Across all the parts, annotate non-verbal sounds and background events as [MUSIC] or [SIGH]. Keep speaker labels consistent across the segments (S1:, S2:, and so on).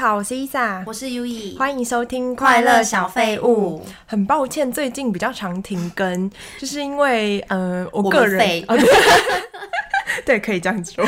S1: 好，我是伊萨，
S2: 我是 U E，
S1: 欢迎收听《
S2: 快乐小废物》。
S1: 很抱歉，最近比较常停更，就是因为嗯、呃，我
S2: 我
S1: 个
S2: 们
S1: 人
S2: 废
S1: 啊对对， [LAUGHS] 可以这样说，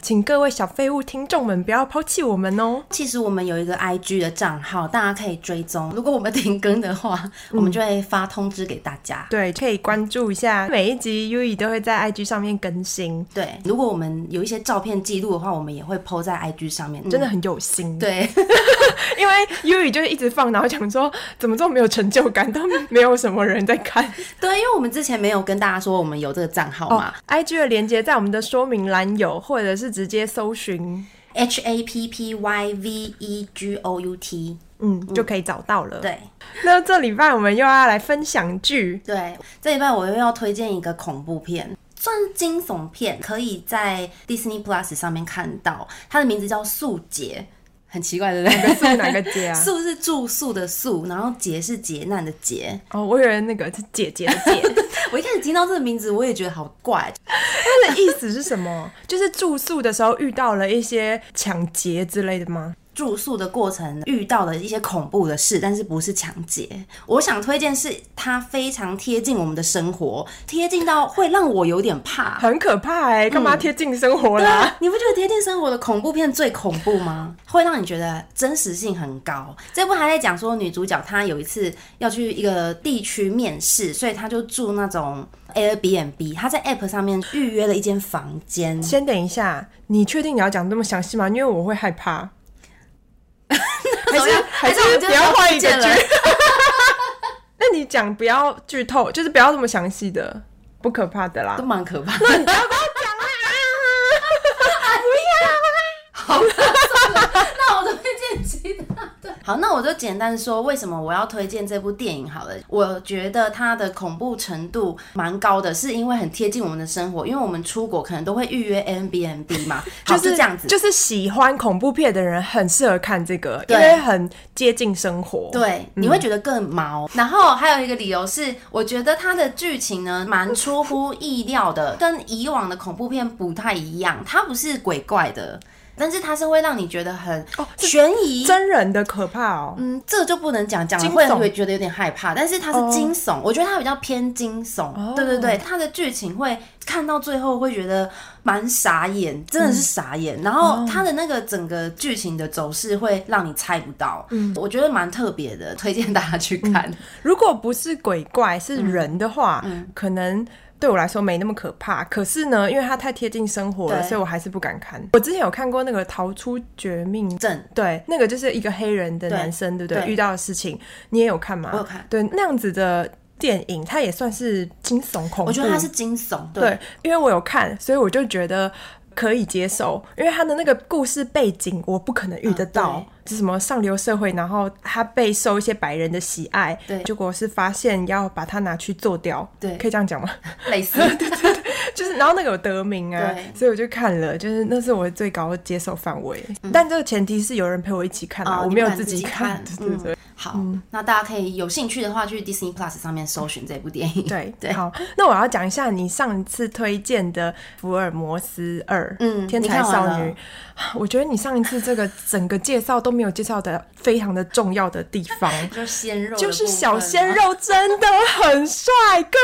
S1: 请各位小废物听众们不要抛弃我们哦。
S2: 其实我们有一个 I G 的账号，大家可以追踪。如果我们停更的话，我们就会发通知给大家。
S1: 对，可以关注一下，每一集 U E 都会在 IG 上面更新，
S2: 对，如果我们有一些照片记录的话，我们也会 PO 在 I G 上面。
S1: 真
S2: 的，
S1: 的很有心。
S2: 嗯对， [LAUGHS]
S1: 因为 U E 就一直放，然后想说怎么这么没有成就感，都没有什么人在
S2: [LAUGHS]
S1: 看。
S2: 对，因为我们之前没有跟大家说我们有这个账号
S1: 哦
S2: 嘛、
S1: ，IG 的连接在我们的说明栏有，或者是直接搜寻，
S2: h A P P Y V E G O U T。
S1: 嗯，就可以找到了。
S2: 对
S1: [LAUGHS] 那这礼拜我们又要来分享剧，
S2: 对，这一半我又要推荐一个恐怖片。算是惊悚片，可以在 Disney Plus 上面看到，它的名字叫《素洁》，很奇怪，对不对？
S1: 是哪个
S2: [LAUGHS]
S1: 节啊？
S2: 宿是住宿的宿，然后劫是劫难的劫。
S1: 哦，我以为那个是姐姐的
S2: [LAUGHS]
S1: 姐，
S2: 我一开始听到这个名字，我也觉得好怪，
S1: 它的意思是什么？就是住宿的时候遇到了一些抢劫之类的吗？
S2: 住宿的过程遇到的一些恐怖的事，但是不是抢劫。我想推荐是它非常贴近我们的生活，贴近到会让我有点怕。
S1: 很可怕哎、
S2: 嗯
S1: 干嘛贴近生活
S2: [LAUGHS] 对
S1: 啦？
S2: 啊，你不觉得贴近生活的恐怖片最恐怖 [LAUGHS] 吗？会让你觉得真实性很高。这部还在讲说，女主角她有一次要去一个地区面试，所以她就住那种 Airbnb，她在 App 上面预约了一间房间。
S1: 先等一下，你确定你要讲这么详细吗？因为我会害怕。还
S2: 怎么
S1: 是
S2: 样
S1: 还
S2: 还是我
S1: 是
S2: 们就
S1: 不要换一个
S2: 见了
S1: 剧？ [LAUGHS] 那你讲不要剧透，就是不要这么详细的，不可怕的啦
S2: 都。蛮可怕的。
S1: 啊
S2: [LAUGHS] 那我推荐其他的。 [LAUGHS] 好，那我就简单说为什么我要推荐这部电影好了。我觉得它的恐怖程度蛮高的，是因为很贴近我们的生活，因为我们出国可能都会预约 n b n b [LAUGHS] 嘛，好
S1: 是
S2: 这样子。
S1: 就是喜欢恐怖片的人很适合看这个，因
S2: 对
S1: 为很接近生活。，
S2: 对，你会觉得更毛。然后还有一个理由是，我觉得它的剧情呢蛮出乎意料的，跟以往的恐怖片不太一样，它不是鬼怪的，但是它是会让你觉得很哦悬疑、
S1: 哦真人的可怕哦。
S2: 嗯，这个就不能讲，讲了
S1: 惊
S2: 会
S1: 悚哦
S2: 会觉得有点害怕。但是它是惊悚，我觉得它比较偏惊悚。对对对，它的剧情会看到最后会觉得蛮傻眼，真
S1: 嗯
S2: 的是傻眼。然后
S1: 哦
S2: 它的那个整个剧情的走势会让你猜不到，
S1: 嗯
S2: 我觉得蛮特别的，推荐大家去看。
S1: 如果不是鬼怪是人的话，
S2: 嗯
S1: 可能。对我来说没那么可怕，可是呢，因为它太贴近生活了，
S2: 对
S1: 所以我还是不敢看。我之前有看过那个《逃出绝命》，
S2: 正
S1: 对，那个就是一个黑人的男生，对不对？
S2: 对
S1: 遇到的事情，你也有看吗？
S2: 我有看
S1: 对，那样子的电影，它也算是惊悚恐怖。
S2: 我觉得它是惊悚，对
S1: 哦对，因为我有看，所以我就觉得可以接受，因为他的那个故事背景我不可能遇得到，
S2: 嗯
S1: 是什么上流社会，然后他备受一些白人的喜爱，
S2: 对
S1: 结果是发现要把他拿去做掉，
S2: 对
S1: 可以这样讲吗？ [LAUGHS]
S2: 类似。
S1: 就是，然后那个有得名啊，
S2: 对
S1: 所以我就看了，就是那是我最高的接受范围，但这个前提是有人陪我一起看啊，
S2: 嗯哦
S1: 我
S2: 你
S1: 没有
S2: 不敢自
S1: 己
S2: 己
S1: 看，
S2: 看
S1: [LAUGHS] 对对对。
S2: 好，那大家可以有兴趣的话去 Disney Plus 上面搜寻这部电影。
S1: 对
S2: [LAUGHS] 对，
S1: 好，那我要讲一下你上次推荐的《福尔摩斯二》，
S2: 嗯
S1: 天才少
S2: 你看完
S1: 女
S2: 了，
S1: [SIGHS] 我觉得你上一次这个整个介绍都没有介绍的非常的重要的地
S2: [LAUGHS]
S1: 方。
S2: 就是鲜肉的部分
S1: 就
S2: 啊，
S1: 是小鲜肉真的很帅，各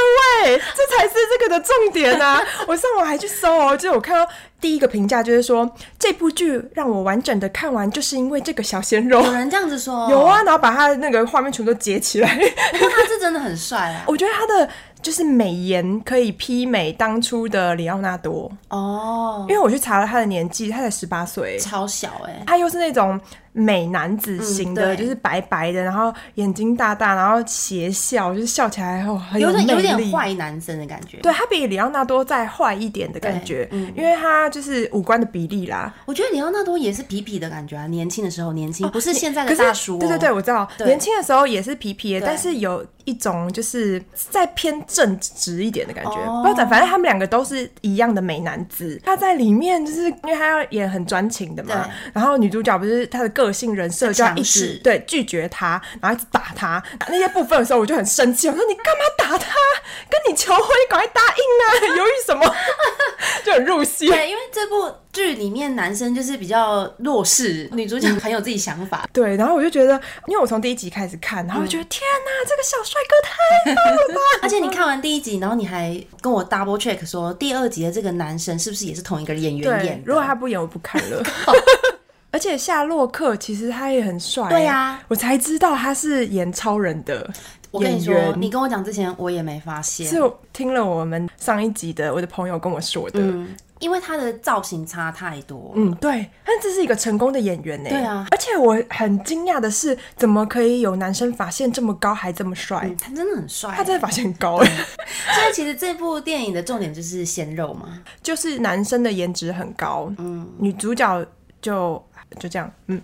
S1: 位，这才是这个的重点
S2: [LAUGHS]
S1: 啊！我上网还去搜哦，就是我看到第一个评价就是说这部剧让我完整的看完，就是因为这个小鲜肉
S2: 有人这样子说，
S1: 有，啊，然后把他的那个画面全部都截起来，
S2: 不过他是真的很
S1: [LAUGHS]
S2: 帅啊。
S1: 我觉得他的就是美颜可以媲美当初的里奥纳多，
S2: 哦
S1: 因，为我去查了他的年纪，他才十八岁，
S2: 超小哎、
S1: 他又是那种美男子型的，
S2: 嗯对
S1: 就是白白的，然后眼睛大大，然后邪笑，就是笑起来哦很
S2: 有点
S1: 魅
S2: 有
S1: 力
S2: 点。坏男生的感觉。
S1: 对，啊他比里奥纳多再坏一点的感觉，
S2: 嗯
S1: 因为他就是五官的比例啦，
S2: 我觉得里奥纳多也是痞痞的感觉啊，年轻的时候年轻，不是现
S1: 哦
S2: 在
S1: 可
S2: 的
S1: 是
S2: 大叔、哦。
S1: 对对对，我知道，
S2: 对
S1: 年轻的时候也是皮皮的，
S2: 对
S1: 但是有一种就是再偏正直一点的感觉。
S2: 哦
S1: 不知道怎，反正他们两个都是一样的美男子。他在里面就是因为他要演很专情的嘛，然后女主角不是她的个恶性人设，就要一
S2: 强
S1: 直
S2: 势
S1: 对拒绝他，然后一直打他。打那些部分的时候，我就很生气，我说你干嘛打他？跟你求婚，你赶快答应啊！犹豫 [LAUGHS] 什么？就很入戏。
S2: 对，因为这部剧里面男生就是比较弱势，女主角很有自己想
S1: [LAUGHS]
S2: 法。
S1: 对，然后我就觉得，因为我从第一集开始看，然后我
S2: 嗯
S1: 觉得、天哪，这个小帅哥太棒了吧！
S2: 而且你看完第一集，然后你还跟我 double check 说第二集的这个男生是不是也是同一个演员
S1: 对
S2: 演的？，
S1: 如果他不演，我不看
S2: [LAUGHS]
S1: 了。 [LAUGHS] 而且夏洛克其实他也很帅，
S2: 对啊
S1: 我才知道他是演超人的。
S2: 我跟你
S1: 演员
S2: 说，你跟我讲之前我也没发现，
S1: 是我听了我们上一集的我的朋友跟我说的。嗯
S2: 因为他的造型差太多。
S1: 对，但这是一个成功的演员呢。
S2: 对啊
S1: 而且我很惊讶的是，怎么可以有男生发线这么高还这么帅？
S2: 嗯他真的很帅，
S1: 他真的发线很高哎，
S2: 所以其实这部电影的重点就是鲜肉嘛，
S1: [LAUGHS] 就是男生的颜值很高，嗯，女主角就就这样，
S2: [LAUGHS]
S1: 嗯，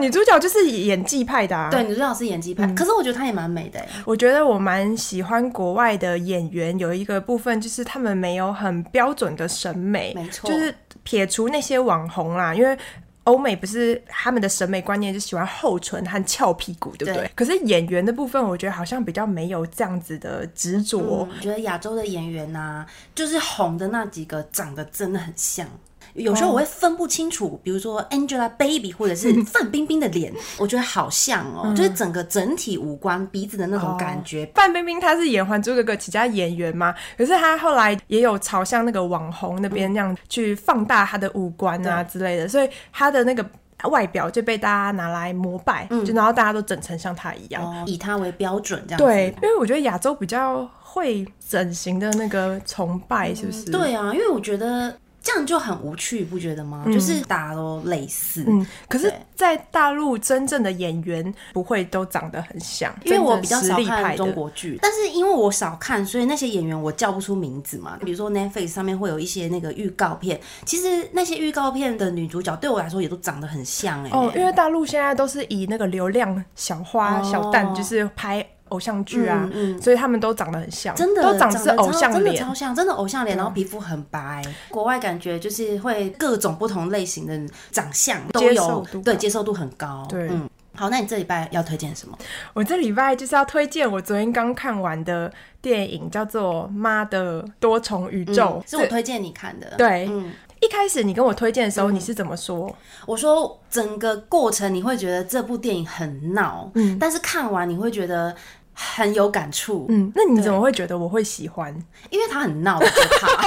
S1: 女主角就是演技派的啊。
S2: 对，，女主角是演技派，可是我觉得她也蛮美的、欸，
S1: 我觉得我蛮喜欢国外的演员，有一个部分就是他们没有很标准的审美，
S2: 没错
S1: 就是撇除那些网红啦，因为。欧美不是他们的审美观念就喜欢厚唇和翘屁股，对不对？
S2: 对
S1: 可是演员的部分，我觉得好像比较没有这样子的执着。
S2: 我嗯觉得亚洲的演员呐、就是红的那几个长得真的很像。有
S1: 哦
S2: 时候我会分不清楚，比如说 Angelababy 或者
S1: [LAUGHS]
S2: 是范冰冰的脸，我觉得好像哦、
S1: 嗯
S2: 就是整个整体五官、鼻子的那
S1: 哦
S2: 种感觉。
S1: 范冰冰她是演《还珠格格》起家演员嘛，可是她后来也有朝向那个网红那边那样去放大她的五官啊之类的，所以她的那个外表就被大家拿来膜拜，就然后大家都整成像她一样。
S2: 嗯哦，以她为标准这样子。
S1: 对，因为我觉得亚洲比较会整形的那个崇拜，是不是？，
S2: 对啊，因为我觉得这样就很无趣，不觉得吗？就是打都类似。
S1: 嗯，可是
S2: 对，
S1: 在大陆真正的演员不会都长得很像，
S2: 因为我
S1: 真
S2: 比
S1: 正
S2: 较
S1: 实
S2: 少
S1: 力派
S2: 看
S1: 的
S2: 中国剧，但是因为我少看，所以那些演员我叫不出名字嘛。比如说 Netflix 上面会有一些那个预告片，其实那些预告片的女主角对我来说也都长得很像哎、
S1: 哦，因为大陆现在都是以那个流量小花、
S2: 哦
S1: 小蛋，就是拍偶像剧啊，
S2: 嗯
S1: 所以他们都长得很像，
S2: 真的
S1: 都长得
S2: 得
S1: 是偶
S2: 超
S1: 像
S2: 真的
S1: 脸。啊
S2: 超像，真的偶像脸，然后皮肤很白。国外感觉就是会各种不同类型的长相都
S1: 接受
S2: 有
S1: 度，
S2: 对接受度很高。
S1: 对
S2: 嗯，好，那你这礼拜要推荐什么？
S1: 我这礼拜就是要推荐我昨天刚看完的电影，叫做《妈的多重宇宙》。
S2: 嗯是我推荐你看的。
S1: 这对，
S2: 嗯
S1: 一开始你跟我推荐的时候，你是怎么说？
S2: 我说整个过程你会觉得这部电影很闹，嗯，但是看完你会觉得很有感触，
S1: 嗯，那你怎么会觉得我会喜欢？ [LAUGHS]
S2: 因为它很闹的可怕。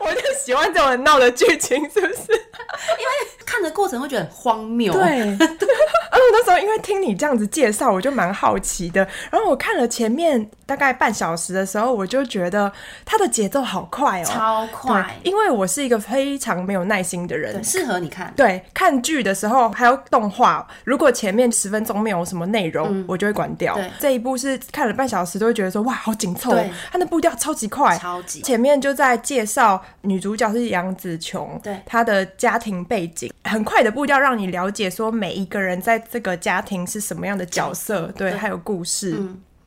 S1: 我就喜欢这种很闹的剧情，是不是？
S2: 看的过程会觉得很荒谬，，
S1: [LAUGHS] 对，而啊我那时候因为听你这样子介绍，我就蛮好奇的。然后我看了前面大概半小时的时候，我就觉得它的节奏好快哦，
S2: 超快，
S1: 对因为我是一个非常没有耐心的人
S2: 对，。适合你看。
S1: 对，看剧的时候还有动画，如果前面十分钟没有什么内容，我就会关掉
S2: 嗯对。
S1: 这一部是看了半小时，都会觉得说哇，好紧凑、哦
S2: 对，
S1: 它那步调超级快，
S2: 超级
S1: 前面就在介绍女主角是杨紫琼，
S2: 对
S1: 她的家庭背景，很快的步调让你了解说每一个人在这个家庭是什么样的角色，对，嗯还有故事。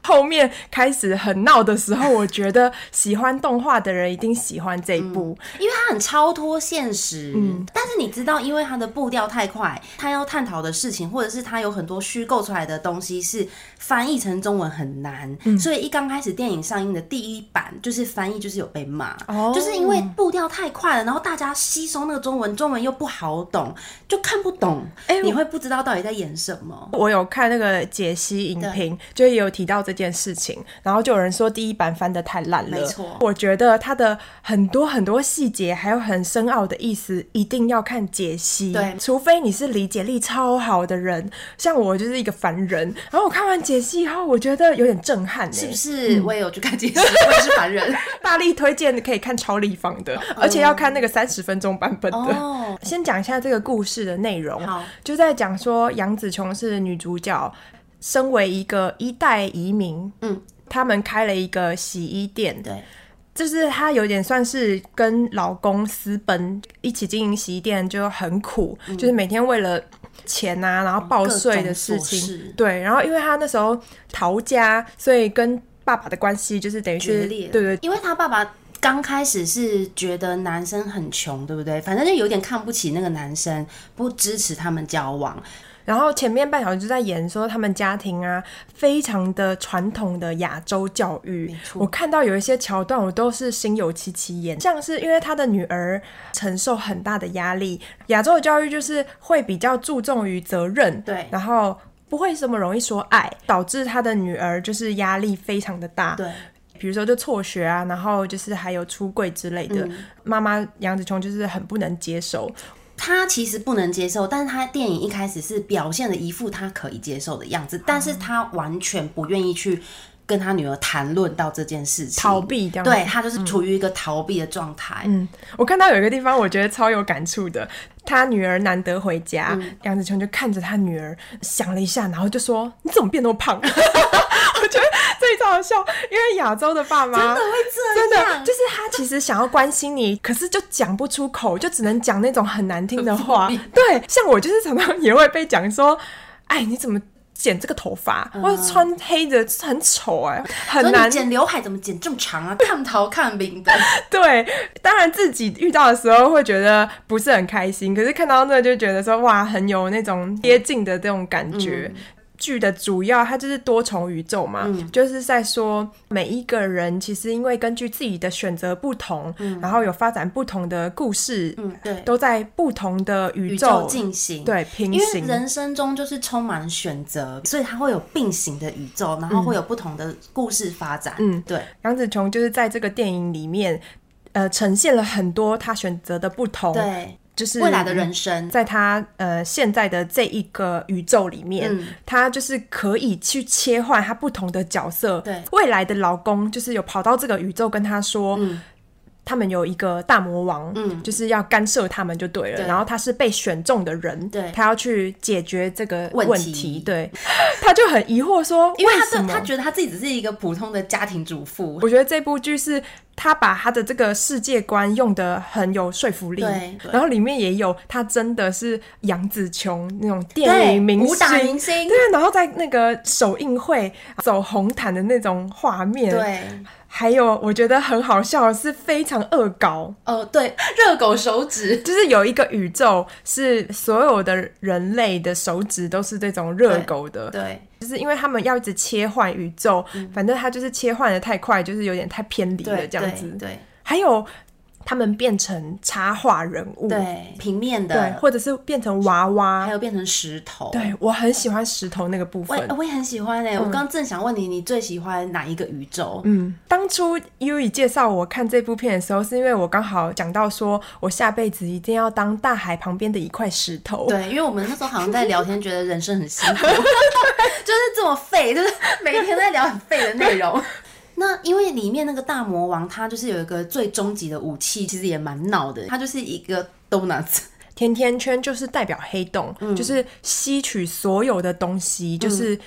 S1: 后面开始很闹的时候，我觉得喜欢动画的人一定喜欢这一部。
S2: 因为它很超脱现实，
S1: 嗯
S2: 但是你知道，因为它的步调太快，它要探讨的事情，或者是它有很多虚构出来的东西，是翻译成中文很难，
S1: 嗯
S2: 所以一刚开始电影上映的第一版就是翻译就是有被骂，
S1: 哦
S2: 就是因为步调太快了，然后大家吸收那个中文，中文又不好懂，就看不懂，
S1: 哎
S2: 你会不知道到底在演什么。
S1: 我有看那个解析影评，就也有提到这件事情，然后就有人说第一版翻的太烂了。
S2: 没错
S1: 我觉得它的很多很多细节，还有很深奥的意思，一定要看解析。
S2: 对
S1: 除非你是理解力超好的人，像我就是一个凡人。然后我看完解析以后，我觉得有点震撼、欸，
S2: 是不是？我也有去看解析，我也是
S1: [LAUGHS]
S2: 凡人。
S1: 大力推荐可以看超立方的，而且要看那个三十分钟版本的。
S2: 哦
S1: 先讲一下这个故事的内容
S2: 好，
S1: 就在讲说杨紫琼是女主角，身为一个一代移民，
S2: 嗯，
S1: 他们开了一个洗衣店，
S2: 对，
S1: 就是她有点算是跟老公私奔，一起经营洗衣店就很苦，
S2: 嗯
S1: 就是每天为了钱啊，然后报税的事
S2: 各种琐
S1: 情
S2: 事，
S1: 对，然后因为她那时候逃家，所以跟爸爸的关系就是等于是
S2: 决裂。
S1: 对对
S2: 因为他爸爸。刚开始是觉得男生很穷，对不对？反正就有点看不起那个男生，不支持他们交往。
S1: 然后前面半小时就在演说他们家庭啊，非常的传统的亚洲教育
S2: 没。错
S1: 我看到有一些桥段，我都是心有戚戚焉。像是因为他的女儿承受很大的压力，亚洲的教育就是会比较注重于责任，
S2: 对
S1: 然后不会这么容易说爱，导致他的女儿就是压力非常的大。
S2: 对，
S1: 比如说就辍学啊，然后就是还有出柜之类的，
S2: 嗯
S1: 妈妈杨紫琼就是很不能接受。
S2: 他其实不能接受，但是他电影一开始是表现的一副他可以接受的样
S1: 啊
S2: 子，但是他完全不愿意去跟他女儿谈论到这件事情，
S1: 逃避这样子
S2: 对他就是处于一个逃避的状态。
S1: 嗯，我看到有一个地方，我觉得超有感触的。他女儿难得回家，
S2: 嗯
S1: 杨紫琼就看着他女儿，想了一下，然后就说：“你怎么变那么胖？” [LAUGHS] 我觉得这一招好笑，因为亚洲的爸妈
S2: 真的会
S1: 真
S2: 这
S1: 的
S2: 样，
S1: 就是他其实想要关心你，可是就讲不出口，就只能讲那种很难听的话
S2: 很负面。
S1: 对，像我就是常常也会被讲说：“哎，你怎么剪这个头发？
S2: 嗯
S1: 或者穿黑的很丑哎、很
S2: 所以
S1: 难
S2: 你剪刘海怎么剪这么长啊？看头看明
S1: [LAUGHS]
S2: 的，
S1: 对，当然自己遇到的时候会觉得不是很开心，可是看到那就觉得说哇，很有那种贴近的这种感觉。
S2: 嗯
S1: 剧的主要它就是多重宇宙嘛，就是在说每一个人其实因为根据自己的选择不同，然后有发展不同的故事，
S2: 嗯，对，
S1: 都在不同的宇
S2: 宇
S1: 宙
S2: 宙进行，。
S1: 对平
S2: 因为
S1: 行。
S2: 人生中就是充满选择，所以它会有并行的宇宙，然后会有不同的故事发展。
S1: 嗯
S2: 对，
S1: 杨紫琼就是在这个电影里面，呃，呈现了很多她选择的不同，
S2: 对，
S1: 就是
S2: 未来的人生，
S1: 在他呃现在的这一个宇宙里面，
S2: 嗯
S1: 他就是可以去切换他不同的角色。
S2: 对
S1: 未来的老公就是有跑到这个宇宙跟他说。他们有一个大魔王，
S2: 嗯
S1: 就是要干涉他们就对了。
S2: 对
S1: 然后他是被选中的人，
S2: 对
S1: 他要去解决这个
S2: 问
S1: 问
S2: 题
S1: 对， [LAUGHS] 他就很疑惑说，
S2: 因为他
S1: 什
S2: 对
S1: 么
S2: 他觉得他自己只是一个普通的家庭主妇。
S1: 我觉得这部剧是他把他的这个世界观用的很有说服力
S2: 对，对
S1: 然后里面也有他真的是杨紫琼那种电
S2: 对
S1: 影明
S2: 武打
S1: 星
S2: 明。星，
S1: 对，然后在那个首映会走红毯的那种画面，，
S2: 对，
S1: 还有我觉得很好笑的是非常恶搞，
S2: 哦，对，热狗手指，
S1: 就是有一个宇宙是所有的人类的手指都是这种热
S2: 对
S1: 狗的，
S2: 对
S1: 就是因为他们要一直切换宇宙，反正他就是切换的太快，就是有点太偏离了
S2: [LAUGHS] 嗯对，
S1: 这样子，
S2: 对对
S1: 还有他们变成插画人物，
S2: 对，平面
S1: 对，
S2: 的，
S1: 或者是变成娃
S2: 还
S1: 娃。
S2: 有变成石头，
S1: 对，我很喜欢石头那个部
S2: 我也
S1: 分。
S2: 我也很喜欢哎、我刚正想问你，你最喜欢哪一个宇宙？
S1: 嗯，当初 U 以介绍我看这部片的时候，是因为我刚好讲到说，我下辈子一定要当大海旁边的一块石头。
S2: 对，因为我们那时候好像在聊天，觉得人生很辛苦， [LAUGHS] 就是这么废，就是每天在聊很废的内容。 [LAUGHS] 那因为里面那个大魔王，他就是有一个最终极的武器，其实也蛮闹的，他就是一个 donuts，
S1: [LAUGHS] 甜甜圈就是代表黑洞，
S2: 嗯
S1: 就是吸取所有的东西，就是。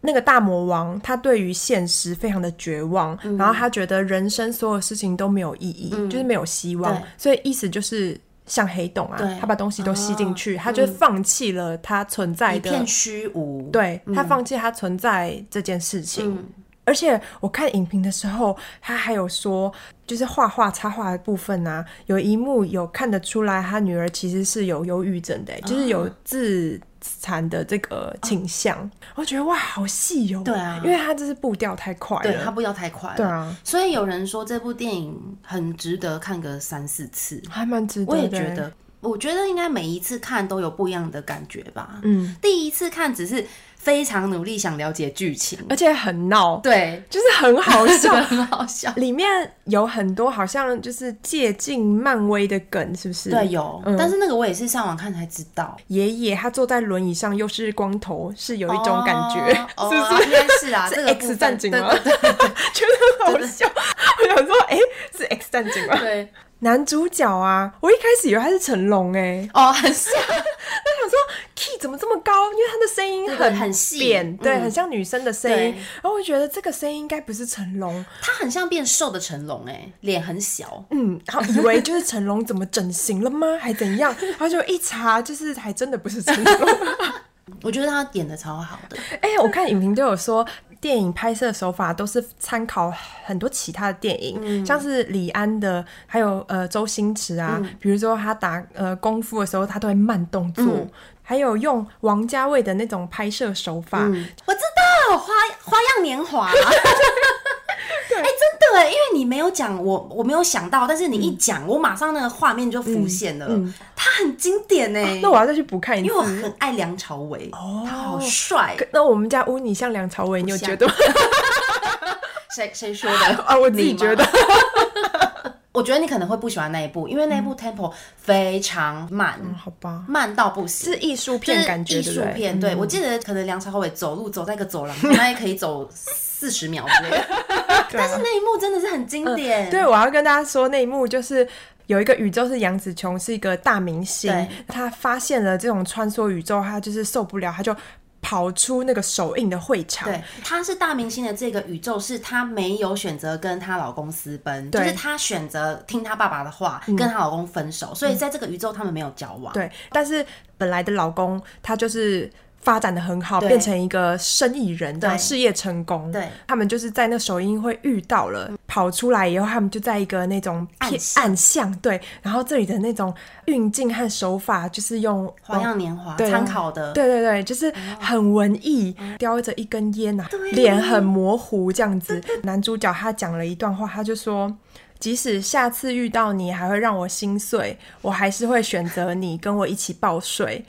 S1: 那个大魔王，他对于现实非常的绝望，
S2: 嗯
S1: 然后他觉得人生所有事情都没有意义，就是没有希望
S2: 对，
S1: 所以意思就是像黑洞啊
S2: 对，啊嗯
S1: 他把东西都吸进去，他就放弃了他存在
S2: 一
S1: 的，
S2: 片虚无。
S1: 对他
S2: 嗯
S1: 放弃他存在这件事情。而且我看影评的时候，他还有说，就是画画插画的部分啊，有一幕有看得出来，他女儿其实是有忧郁症的、
S2: 啊
S1: 就是有自残的这个倾向。我觉得哇，好细哦、
S2: 对啊
S1: 因为他就是步调太快
S2: 对，他
S1: 了。
S2: 步调太快了。
S1: 对啊，
S2: 所以有人说这部电影很值得看个三四次，
S1: 还蛮值得
S2: 我
S1: 的、
S2: 也觉得，我觉得应该每一次看都有不一样的感觉吧。
S1: 嗯，
S2: 第一次看只是非常努力想了解剧情，
S1: 而且很闹，
S2: 对，
S1: 就是很好笑。
S2: [LAUGHS] 很好笑。
S1: 里面有很多好像就是借镜漫威的梗，是不是？
S2: 对，有，
S1: 嗯
S2: 但是那个我也是上网看才知道，
S1: 爷爷他坐在轮椅上，又是光头，是有一种感觉，[LAUGHS]
S2: 哦
S1: 是不
S2: 哦
S1: 是？
S2: 应该是啊，
S1: 是
S2: 这个
S1: X 战警吗
S2: 部分对
S1: [LAUGHS]
S2: 对对
S1: 觉得很好笑。我想说，哎、是 X 战警吗？
S2: 对，
S1: 男主角啊，我一开始以为他是成龙、哎，
S2: 哦，很像，
S1: 我想说 key 怎么这么高？因为他的声音
S2: 对
S1: 很
S2: 对很细
S1: 扁，对，
S2: 嗯
S1: 很像女生的声
S2: 对
S1: 音。然后我觉得这个声音应该不是成龙，
S2: 他很像变瘦的成龙，哎，脸很小，
S1: 嗯，然后以为就是成龙怎么整形了吗？还怎样？然后就一查，就是还真的不是成龙。
S2: 我觉得他演的超好的，
S1: [LAUGHS] 哎、我看影评都有说，电影拍摄手法都是参考很多其他的电影，
S2: 嗯
S1: 像是李安的，还有呃周星驰啊，
S2: 嗯
S1: 比如说他打呃功夫的时候，他都会慢动作。
S2: 嗯
S1: 还有用王家卫的那种拍摄手法，
S2: 我知道花花样年
S1: [LAUGHS]
S2: 华。哎、真的哎，因为你没有讲，我我没有想到，但是你一讲，我马上那个画面就浮现了，他很经典哎。
S1: 嗯啊那我要哦再去补看一
S2: 因
S1: 次
S2: 为。我很爱梁朝伟，他好帅。
S1: 可那我们家屋你像梁朝伟，你有觉得吗？ [LAUGHS]
S2: 谁谁说的
S1: 啊，我自己觉。
S2: 你
S1: 得
S2: 吗我觉得你可能会不喜欢那一部，因为那一
S1: 嗯
S2: 部 tempo 非常慢，
S1: [LAUGHS] 好吧，
S2: 慢到不
S1: 嗯
S2: 行。
S1: 是艺术
S2: 就
S1: 片
S2: 是
S1: 感觉，
S2: 艺
S1: 对
S2: 术
S1: 嗯不对
S2: 片，对我记得可能梁朝伟走路走在一个走廊， [LAUGHS] 大概可以走四十秒之类的。
S1: [LAUGHS] 对啊
S2: 但是那一幕真的是很经典，
S1: 嗯对，我要跟大家说那一幕就是。有一个宇宙是杨紫琼是一个大明星
S2: 对，
S1: 她发现了这种穿梭宇宙，她就是受不了，她就跑出那个首映的会场。
S2: 对，她是大明星的这个宇宙，是她没有选择跟她老公私奔，就
S1: 对嗯
S2: 是她选择听她爸爸的话，跟她老公分手，所以在这个宇宙他们没有交往。
S1: 对，但是本来的老公他就是发展的很好，
S2: 对
S1: 变成一个生意人，这样
S2: 对
S1: 事业成功。
S2: 对嗯
S1: 他们就是在那首映会遇到了，跑出来以后，他们就在一个那种
S2: 暗
S1: 偏
S2: 巷
S1: 暗巷，对，然后这里的那种运镜和手法就是用
S2: 花样年华
S1: 对啊
S2: 参考的，
S1: 对对对，就是很文艺，叼着一根烟呐、
S2: 对
S1: 脸很模糊这样子。男主角他讲了一段话，他就说：“即使下次遇到你还会让我心碎，我还是会选择你跟我一起报税。”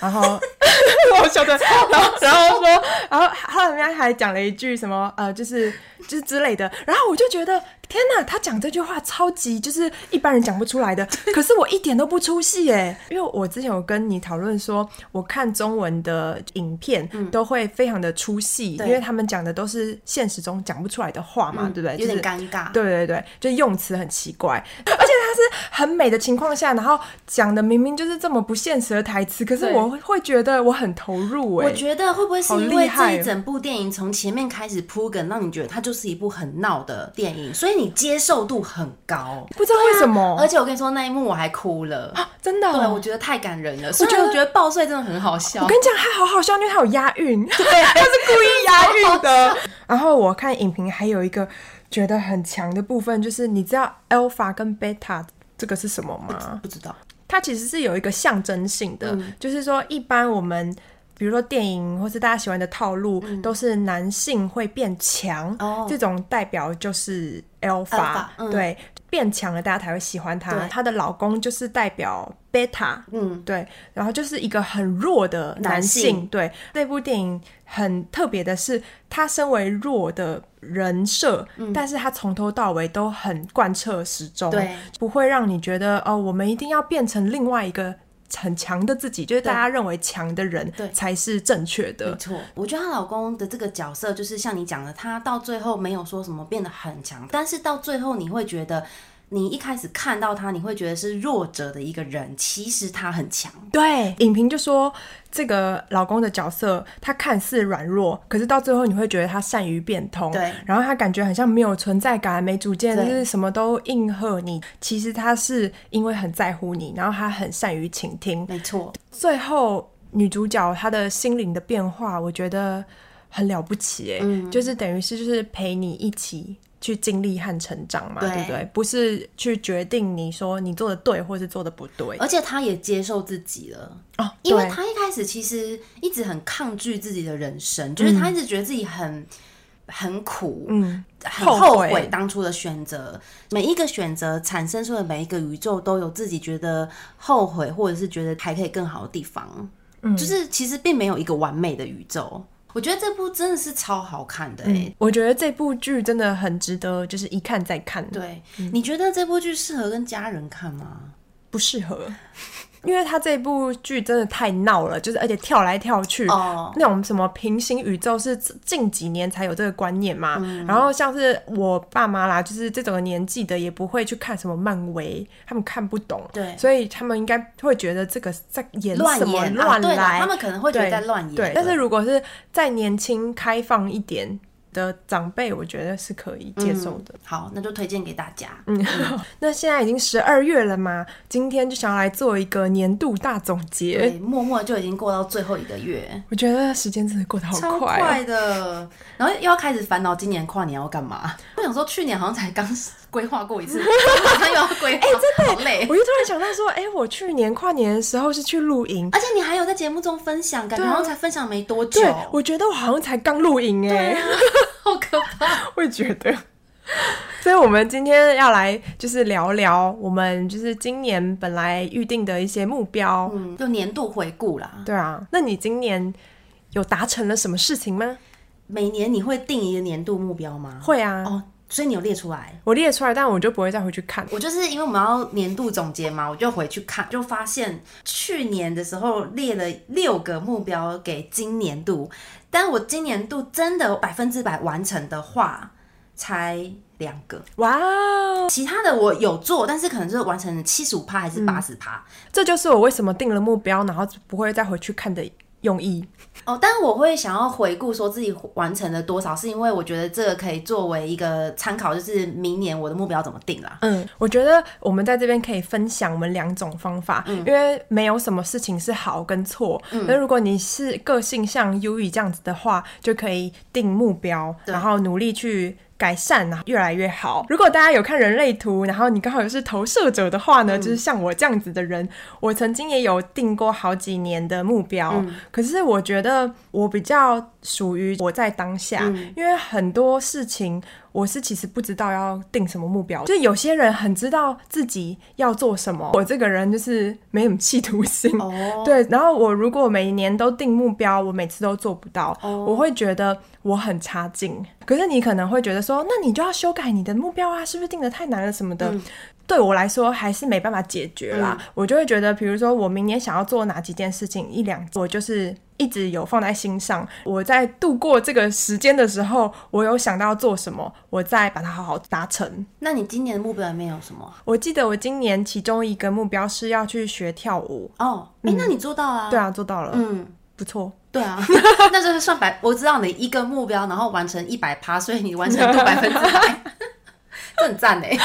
S1: 然后 [LAUGHS] 我晓
S2: [LAUGHS]
S1: 得，然后然后说，然后他人家还讲了一句什么呃，就是就是之类的，然后我就觉得天哪，他讲这句话超级就是一般人讲不出来
S2: [LAUGHS]
S1: 的，可是我一点都不出戏哎，因为我之前有跟你讨论说，我看中文的影片都会非常的出戏，
S2: 嗯对嗯
S1: 因为他们讲的都是现实中讲不出来的话嘛，啊对不对？
S2: 有点
S1: 就是
S2: 尴尬。
S1: 对对对，就用词很奇怪， [LAUGHS] 而且它是很美的情况下，然后讲的明明就是这么不现实的台词，可是
S2: 对
S1: 我会会觉得我很投入哎、
S2: 我觉得会不会是
S1: 好
S2: 因
S1: 厉
S2: 为这
S1: 害哦
S2: 一整部电影从前面开始铺梗，让你觉得它就是一部很闹的电影，所以你接受度很高。啊
S1: 不知道为什么，
S2: 而且我跟你说那一幕我还哭了，
S1: 真的哦、
S2: 对我觉得太感人了。虽然我觉得报税真的很好笑
S1: 我跟，你讲，他好好笑，因为他有押韵， [LAUGHS] 对，他是故意押韵
S2: [LAUGHS]
S1: 的。然后我看影评还有一个觉得很强的部分，就是你知道 alpha 跟 beta 这个是什么吗？
S2: 嗯不知道
S1: 它其实是有一个象征性的，
S2: 嗯
S1: 就是说一般我们。比如说电影或是大家喜欢的套路，都是男性会变强，
S2: 嗯哦
S1: 这种代表就是 alpha，,
S2: Alpha，嗯
S1: 对，变强了大家才会喜欢她。
S2: 对
S1: 她的老公就是代表 beta，
S2: 嗯，
S1: 对，然后就是一个很弱的
S2: 男
S1: 男
S2: 性
S1: 性，对。那部电影很特别的是，他身为弱的人设，但是他从头到尾都很贯彻始终，
S2: 嗯对，
S1: 不会让你觉得哦，我们一定要变成另外一个很强的自己，就是大家认为强的人
S2: 对嗯
S1: 才是正确
S2: 没
S1: 的。
S2: 错。我觉得她老公的这个角色，就是像你讲的，他到最后没有说什么变得很强，但是到最后你会觉得，你一开始看到他，你会觉得是弱者的一个人，其实他很强。
S1: 哦对，影评就说这个老公的角色，他看似软弱，可是到最后你会觉得他善于变通，
S2: 对
S1: 然后他感觉很像没有存在感、没主见，
S2: 对
S1: 就是什么都应和你。其实他是因为很在乎你，然后他很善于倾听。
S2: 没错，
S1: 最后女主角她的心灵的变化，我觉得很了不起哎、
S2: 嗯
S1: 就是等于是就是陪你一起。去经历和成长嘛，
S2: 对
S1: 对不对？不是去决定你说你做的对或是做的不对
S2: 而且他也接受自己了。
S1: 哦，
S2: 呃因为
S1: 对
S2: 他一开始其实一直很抗拒自己的人生，就是他一直觉得自己很很苦，
S1: 嗯，
S2: 很后
S1: 后悔
S2: 悔当初的选择。每一个选择产生出的每一个宇宙，都有自己觉得后悔，或者是觉得还可以更好的地方。嗯，就是其实并没有一个完美的宇宙。我觉得这部真的是超好看的、欸，
S1: 我觉得这部剧真的很值得，就是一看再看，
S2: 对，
S1: 嗯
S2: 你觉得这部剧适合跟家人看吗？
S1: 不适合，因为它这部剧真的太闹了，就是而且跳来跳去。
S2: 哦，
S1: 那种什么平行宇宙是近几年才有这个观念嘛？
S2: 嗯
S1: 然后像是我爸妈啦，就是这种年纪的也不会去看什么漫威，他们看不懂，
S2: 对
S1: 所以他们应该会觉得这个在演
S2: 乱
S1: 什么
S2: 演啊
S1: 乱
S2: 对啦
S1: 来，
S2: 他们可能会觉得
S1: 对
S2: 在乱演
S1: 对，但是如果是再年轻开放一点，的长辈，我觉得是可以接受的。
S2: 好，那就推荐给大家。
S1: [LAUGHS] 嗯，那现在已经十二月了嘛，今天就想要来做一个年度大总结。，
S2: 对默默就已经过到最后一个月，
S1: 我觉得时间真的过得好
S2: 超
S1: 快、哦，
S2: 快的。然后又要开始烦恼今年跨年要干嘛。我想说，去年好像才刚规划过一
S1: [LAUGHS]
S2: 次，马上又要规
S1: 哎
S2: 划，好累。
S1: 我就突然想到说，哎、我去年跨年的时候是去露营，
S2: 而且你还有在节目中分享，感觉
S1: 对啊
S2: 好像才分享没多久，啊
S1: 对我觉得我好像才刚露营哎、
S2: 好可怕。
S1: 我也觉得。所以，我们今天要来就是聊聊我们就是今年本来预定的一些目标。
S2: [LAUGHS] 嗯，就年度回顾啦。
S1: 对啊，那你今年有达成了什么事情吗？
S2: 每年你会定一个年度目标吗？
S1: 会啊，
S2: 哦，所以你有列出来。
S1: 我列出来，但我就不会再回去看。
S2: 我就是因为我们要年度总结嘛，我就回去看，就发现去年的时候列了六个目标给今年度，但我今年度真的百分之百完成的话，才两个，
S1: 哇哦，
S2: 其他的我有做，但是可能就是完成七十五趴还是八十趴
S1: 这就是我为什么定了目标，然后不会再回去看的用意。
S2: 哦。但我会想要回顾说自己完成了多少，是因为我觉得这个可以作为一个参考，就是明年我的目标怎么定啦。
S1: 嗯，我觉得我们在这边可以分享我们两种方法，因为没有什么事情是好跟错。那、如果你是个性像 U E 这样子的话，就可以定目标，然后努力去。改善，然后越来越好。如果大家有看人类图，然后你刚好也是投射者的话呢，就是像我这样子的人，我曾经也有定过好几年的目标，可是我觉得我比较属于活在当下，因为很多事情我是其实不知道要定什么目标，就是有些人很知道自己要做什么，我这个人就是没什么企图心。
S2: 哦
S1: 对，然后我如果每年都定目标，我每次都做不到我会觉得我很差劲。可是你可能会觉得说，那你就要修改你的目标啊，是不是定的太难了什么的？对我来说还是没办法解决啦，我就会觉得，比如说我明年想要做哪几件事情，一两，我就是一直有放在心上。我在度过这个时间的时候，我有想到要做什么，我再把它好好达成。
S2: 那你今年的目标里面有什么啊？
S1: 我记得我今年其中一个目标是要去学跳舞，
S2: 哦，哎、那你做到啦、
S1: 对，啊，做到了，
S2: 嗯。
S1: 不错。
S2: 对啊， [LAUGHS] 那就是算百，我知道你一个目标，然后完成一百趴，所以你完成度百分之百， [LAUGHS] 这很赞哎。 [LAUGHS]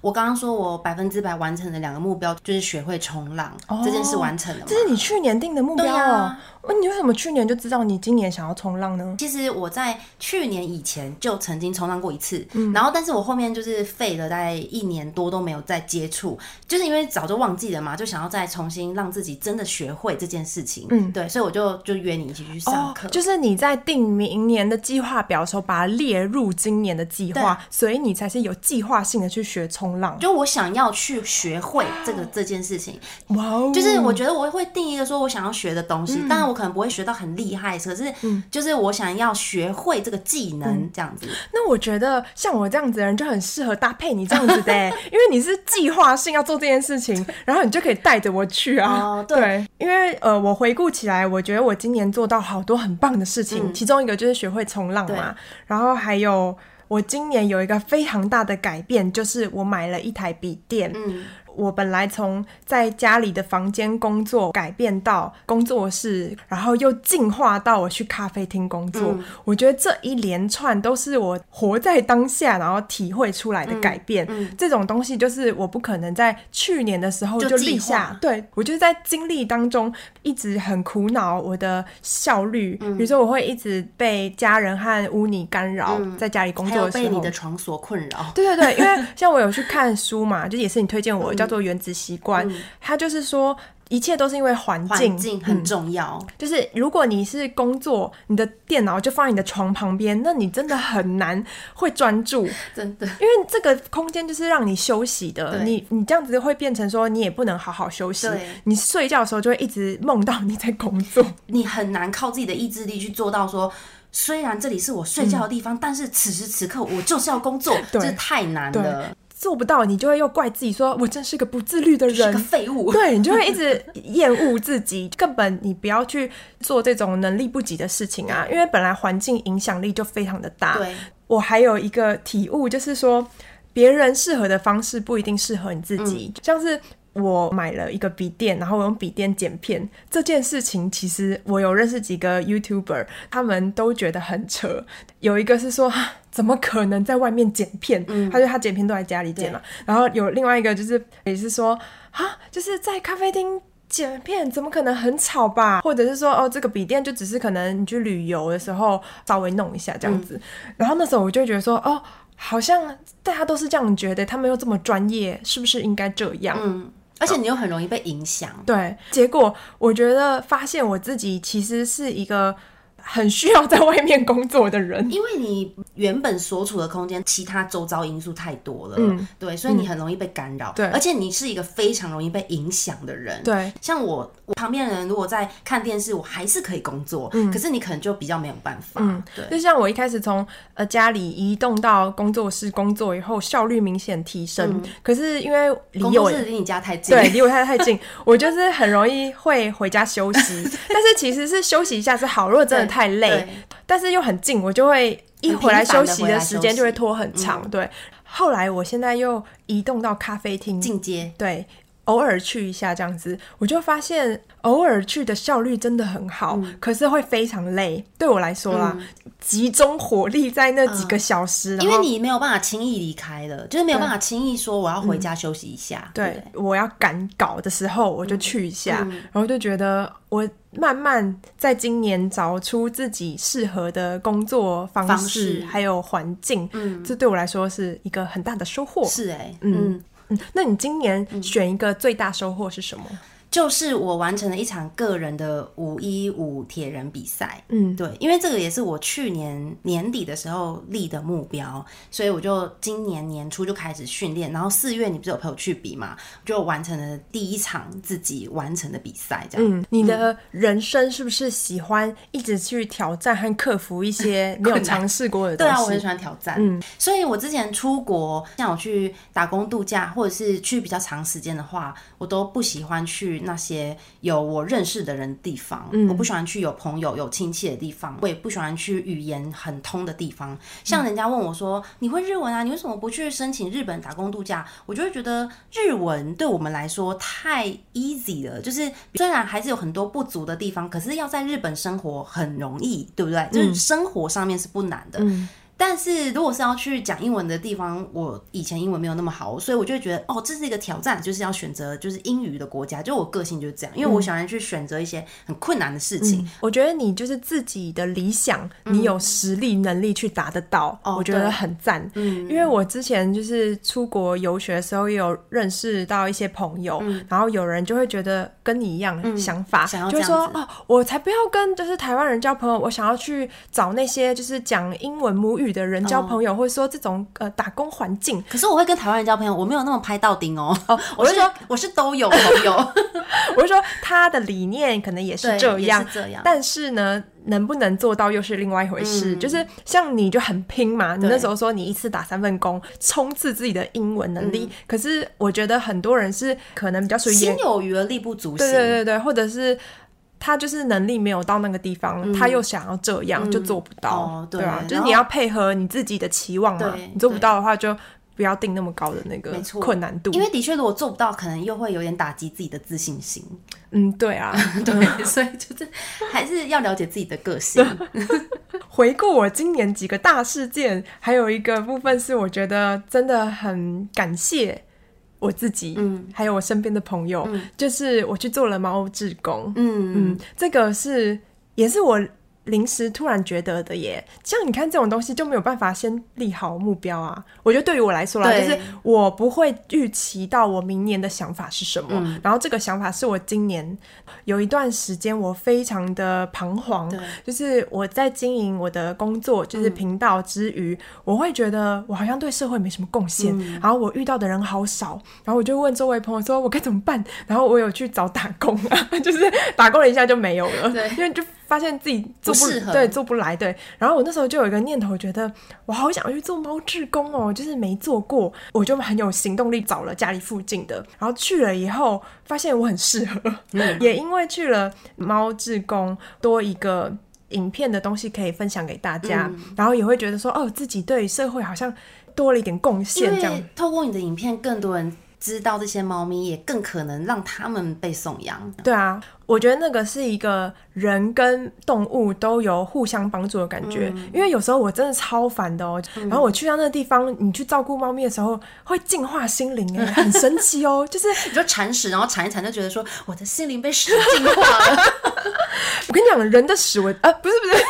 S2: 我刚刚说我百分之百完成的两个目标，就是学会冲浪、哦这件事完成了嘛
S1: 这。是你去年定的目标
S2: 对
S1: 哦
S2: 啊。
S1: 那你为什么去年就知道你今年想要冲浪呢？
S2: 其实我在去年以前就曾经冲浪过一次，然后但是我后面就是废了大概一年多都没有再接触，就是因为早就忘记了嘛，就想要再重新让自己真的学会这件事情。嗯，哦对，所以我就就约你一起去上课。
S1: 哦就是你在定明年的计划表的时候，把它列入今年的计划，所以你才是有计划性的去学冲浪。
S2: 就我想要去学会这个这件事情，
S1: 哇哦，
S2: 就是我觉得我会定一个说我想要学的东西，当然我可能不会学到很厉害，可是就是我想要学会这个技能这样子。
S1: 那我觉得像我这样子的人就很适合搭配你这样子的 [LAUGHS] 欸，因为你是计划性要做这件事情，然后你就可以带着我去啊。
S2: 哦对
S1: 对，因为呃，我回顾起来，我觉得我今年做到好多很棒的事情，
S2: 嗯
S1: 其中一个就是学会冲浪嘛，然后还有我今年有一个非常大的改变，就是我买了一台笔电。
S2: 嗯，
S1: 我本来从在家里的房间工作改变到工作室，然后又进化到我去咖啡厅工作。
S2: 嗯
S1: 我觉得这一连串都是我活在当下，然后体会出来
S2: 嗯
S1: 的改变。这种东西就是我不可能在去年的时候
S2: 就
S1: 就立
S2: 计划
S1: 下，对我就是在经历当中一直很苦恼我的效率，
S2: 嗯
S1: 比如说我会一直被家人和污泥干扰，在家里工
S2: 嗯还
S1: 作
S2: 有
S1: 的时候。
S2: 被你的床所困扰。
S1: 对对对，因为像我有去看书嘛，就也是你推荐我
S2: 嗯
S1: 的，叫做《原子习惯》，它就是说一切都是因为环境嗯
S2: 环。境很重要，
S1: 就是如果你是工作，你的电脑就放在你的床旁边，那你真的很难会专注，因
S2: 真的。
S1: 为这个空间就是让你休息的。
S2: 对
S1: 你你这样子会变成说你也不能好好休息
S2: 对，
S1: 你睡觉的时候就会一直梦到你在工
S2: [LAUGHS]
S1: 作。
S2: 你很难靠自己的意志力去做到说，虽然这里是我睡觉的地方，但是此时此刻我就是要工作，
S1: 对
S2: 这太难了，
S1: 做不到，你就会又怪自己说我真是个不自律的
S2: 是
S1: 人
S2: 个，废
S1: [LAUGHS]
S2: 物。
S1: 对你就会一直厌恶自己，根本你不要去做这种能力不及的事情啊，因为本来环境影响力就非常的大。
S2: 对，
S1: 我还有一个体悟，就是说别人适合的方式不一定适合你自己，像是。我买了一个笔电，然后我用笔电剪片这件事情，其实我有认识几个 YouTuber，他们都觉得很扯。有一个是说，啊怎么可能在外面剪片？他说他剪片都在家里剪嘛。然后有另外一个就是也是说，啊，就是在咖啡厅。剪片怎么可能很吵吧？或者是说，哦，这个笔电就只是可能你去旅游的时候稍微弄一下这样子。然后那时候我就觉得说，哦，好像大家都是这样觉得，他们又这么专业，是不是应该这样？
S2: 嗯，而且你又很容易被影响。
S1: 对，结果我觉得发现我自己其实是一个很需要在外面工作的人。
S2: [LAUGHS] 因为你原本所处的空间，其他周遭因素太多了，
S1: 嗯
S2: 对，所以你很容易被干扰，
S1: 对
S2: 而且你是一个非常容易被影响的人，
S1: 对，
S2: 像我，我旁边的人如果在看电视，我还是可以工作，
S1: 嗯
S2: 可是你可能就比较没有办法，对，
S1: 就像我一开始从呃家里移动到工作室工作以后，效率明显提升。可是因为离
S2: 嗯工
S1: 我
S2: 作室离你家太近，
S1: 对，离我太太
S2: [LAUGHS]
S1: 近，我就是很容易会回家休息。但是其实是休息一下是好，如果真的太累
S2: 对，
S1: 但是又很近，我就会一
S2: 很
S1: 回来
S2: 频繁
S1: 休
S2: 地
S1: 息
S2: 回
S1: 的
S2: 来
S1: 时
S2: 休
S1: 间就会
S2: 息
S1: 拖很长。对，后来我现在又移动到咖啡厅，
S2: 进阶，
S1: 对，偶尔去一下这样子，我就发现偶尔去的效率真的很好，
S2: 嗯
S1: 可是会非常累。对我来说啦，集中火力在那几个小时，然
S2: 嗯因为
S1: 后
S2: 你没有办法轻易离开了，就是没有办法轻易说我要回家休息一下，对不
S1: 对
S2: 对。嗯
S1: 我要赶稿的时候，我就去一下，然后就觉得我慢慢在今年找出自己适合的工作方式，
S2: 方式
S1: 还有环境，嗯，这对我来说是一个很大的收获。
S2: 是哎、嗯，
S1: 嗯，那你今年选一个最大收获是什么？
S2: 就是我完成了一场个人的五一五铁人比赛，
S1: 嗯，
S2: 对，因为这个也是我去年年底的时候立的目标，所以我就今年年初就开始训练，然后四月你不是有陪我去比嘛，就完成了第一场自己完成的比赛，这样。
S1: 嗯，你的人生是不是喜欢一直去挑战和克服一些没有尝试过的东西？
S2: 对啊，我很喜欢挑战，
S1: 嗯
S2: 所以我之前出国，像我去打工度假，或者是去比较长时间的话，我都不喜欢去那些有我认识的人的地方，
S1: 嗯
S2: 我不喜欢去有朋友、有亲戚的地方，我也不喜欢去语言很通的地方。
S1: 嗯
S2: 像人家问我说：“你会日文啊？你为什么不去申请日本打工度假？”我就会觉得日文对我们来说太 easy 了，就是虽然还是有很多不足的地方，可是要在日本生活很容易，对不对？
S1: 嗯
S2: 就是生活上面是不难的。但是如果是要去讲英文的地方，我以前英文没有那么好，所以我就会觉得哦，这是一个挑战，就是要选择就是英语的国家。就我个性就是这样，因为我喜欢去选择一些很困难的事情。
S1: 我觉得你就是自己的理想，你有实力能力去达得到，
S2: 嗯哦
S1: 我觉得
S2: 对
S1: 很赞。嗯，因为我之前就是出国游学的时候，也有认识到一些朋友，然后有人就会觉得跟你一样想法，
S2: 嗯想要
S1: 就会
S2: 这样
S1: 说
S2: 子
S1: 哦，我才不要跟就是台湾人交朋友，我想要去找那些就是讲英文母语的人交朋
S2: 哦
S1: 友，或者说这种呃打工环境，
S2: 可是我会跟台湾人交朋友，我没有那么拍到钉 [LAUGHS] 哦。我
S1: 我
S2: 是
S1: 是说
S2: 我是都 [LAUGHS] 有朋友，
S1: 我是说他的理念可能也是
S2: 对
S1: 这样
S2: 也，是这样。
S1: 但是呢，能不能做到又是另外一回事。就是像你就很拼嘛，你
S2: 嗯对
S1: 那时候说你一次打三份工，冲刺自己的英文能力。可是我觉得很多人是可能比较属于
S2: 嗯心
S1: 研，
S2: 有余而力不足行。
S1: 对对对对，或者是。他就是能力没有到那个地方，他又想要这样，就做不到，
S2: 嗯哦对
S1: 啊，就是
S2: 然后
S1: 你要配合你自己的期望嘛
S2: 对，
S1: 你做不到的话就不要定那么高的那个
S2: 没错
S1: 困难度，
S2: 因为的确，如果做不到，可能又会有点打击自己的自信 [LAUGHS] 心。
S1: 嗯，对啊，
S2: 对，所以就是还是要了解自己的个 [LAUGHS] 性。
S1: 回顾我今年几个大事件，还有一个部分是我觉得真的很感谢我自己，嗯，还有我身边的朋友，就是我去做了猫屋志工，
S2: 嗯，
S1: 嗯，这个是也是我临时突然觉得的耶。像你看这种东西就没有办法先立好目标啊。我觉得对于我来说啦，
S2: 对
S1: 就是我不会预期到我明年的想法是什么，
S2: 嗯
S1: 然后这个想法是我今年有一段时间我非常的彷徨
S2: 对，
S1: 就是我在经营我的工作，就是频道之
S2: 嗯
S1: 余，我会觉得我好像对社会没什么贡献，然后我遇到的人好少，然后我就问周围朋友说我该怎么办，然后我有去找打工啊， [LAUGHS] 就是打工了一下就没有了，
S2: 对
S1: 因为就发现自己做
S2: 不适合
S1: 对做不来，对。然后我那时候就有一个念头，觉得我好想去做猫志工哦，就是没做过，我就很有行动力找了家里附近的，然后去了以后发现我很适合，[LAUGHS]
S2: 嗯
S1: 也因为去了猫志工多一个。影片的东西可以分享给大家，
S2: 嗯
S1: 然后也会觉得说，哦，自己对社会好像多了一点贡
S2: 因
S1: 献，这样
S2: 为透过你的影片，更多人知道这些猫咪，也更可能让它们被送养。
S1: 对啊，我觉得那个是一个人跟动物都有互相帮助的感觉，因为有时候我真的超烦的哦。然后我去到那个地方，你去照顾猫咪的时候，会净化心灵，哎，很神奇哦。就是
S2: 你说铲屎，然后铲一铲，就觉得说我的心灵被屎净化 [LAUGHS] 了。
S1: 我跟你讲，人的屎我呃不是不是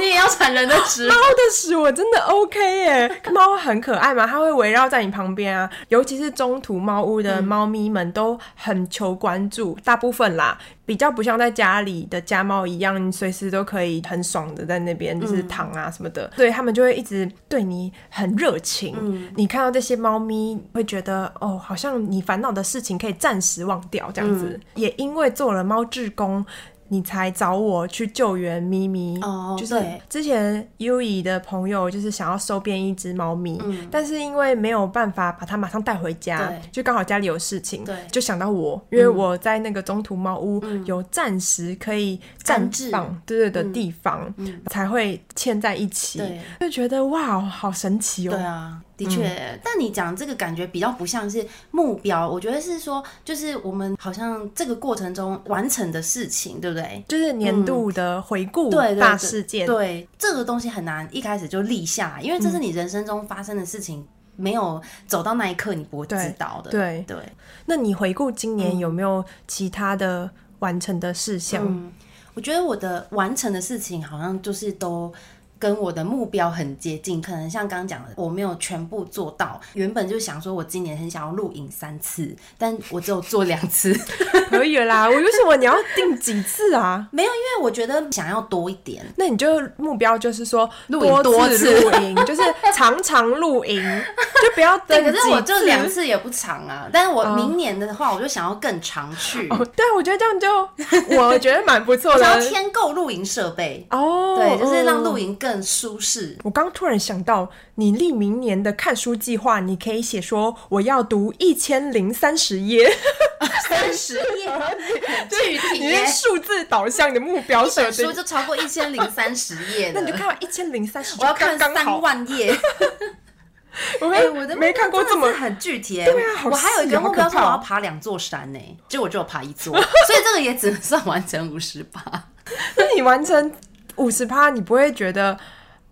S2: 你也要铲人的屎
S1: 猫？的屎我真的 OK 耶，猫很可爱嘛，它会围绕在你旁边啊。尤其是中途猫屋的猫咪们都很求关注，大部分啦，比较不像在家里的家猫一样，你随时都可以很爽的在那边就是躺啊什么的，所以它们就会一直对你很热情。
S2: 嗯
S1: 你看到这些猫咪，会觉得哦，好像你烦恼的事情可以暂时忘掉这样子。
S2: 嗯
S1: 也因为做了猫志工。你才找我去救援咪咪，
S2: 哦
S1: 就是
S2: 对
S1: 之前优以的朋友就是想要收编一只猫咪，但是因为没有办法把它马上带回家
S2: 嗯对，
S1: 就刚好家里有事情，
S2: 对嗯
S1: 就想到我，因为我在那个中途猫屋有暂时可以暂
S2: 安置嗯
S1: 放，对对的地方，才会嵌在一起
S2: 对，
S1: 就觉得哇，好神奇
S2: 对
S1: 哦。
S2: 啊，的确。
S1: 嗯
S2: 但你讲这个感觉比较不像是目标，我觉得是说，就是我们好像这个过程中完成的事情，对不对？
S1: 就是年度的回顾
S2: 嗯对对对
S1: 大事件，
S2: 对，这个东西很难一开始就立下，因为这是
S1: 嗯
S2: 你人生中发生的事情，没有走到那一刻你不会
S1: 对
S2: 知道的。
S1: 对
S2: 对，
S1: 那你回顾今年
S2: 嗯
S1: 有没有其他的完成的事项？
S2: 嗯我觉得我的完成的事情好像就是都。跟我的目标很接近，可能像刚刚讲的，我没有全部做到。原本就想说，我今年很想要录影三次，但我只有做两 [LAUGHS] 次。
S1: [LAUGHS] 可以了啦，我为什么你要定几次啊？
S2: 没有，因为我觉得想要多一点，
S1: 那你就目标就是说
S2: 露营
S1: 多
S2: 多
S1: 次
S2: 次
S1: 露营， [LAUGHS] 就是常常露营，就不要
S2: 对，
S1: 定
S2: 可
S1: 几
S2: 是我就
S1: 次
S2: 两次也不长啊。但是我明年的话，我就想要更常去，
S1: 哦对，我觉得这样
S2: [LAUGHS]
S1: 就我觉得蛮不错
S2: 我
S1: 的
S2: 想要添购露营设备，
S1: 哦。
S2: 对，就是让露
S1: 营。
S2: 营更舒适。
S1: 我刚突然想到，你立明年的看书计划，你可以写说我要读一千零三十
S2: [LAUGHS]
S1: 页，
S2: 三十 [LAUGHS] 页，很具体
S1: 你
S2: 耶
S1: 是，数字导向的目标
S2: 一
S1: 设
S2: 本书
S1: 定。
S2: 就超过一千零三十页
S1: 那你就
S2: 了。
S1: 看到一千零三十，
S2: [LAUGHS] 我要看
S1: 刚刚
S2: 三
S1: 好。
S2: 万页， [LAUGHS]
S1: 我
S2: 哎、
S1: 没
S2: 我的目标
S1: 没看过这么
S2: 真的是很具体、哎，
S1: 对啊好
S2: 我还有一
S1: 细
S2: 个
S1: 哦好
S2: 目标
S1: 可
S2: 是
S1: 怕
S2: 我
S1: 哦
S2: 要爬两座山呢、结果只有爬一座， [LAUGHS] 所以这个也只能算完成五十八。
S1: 那你完成五十趴，你不会觉得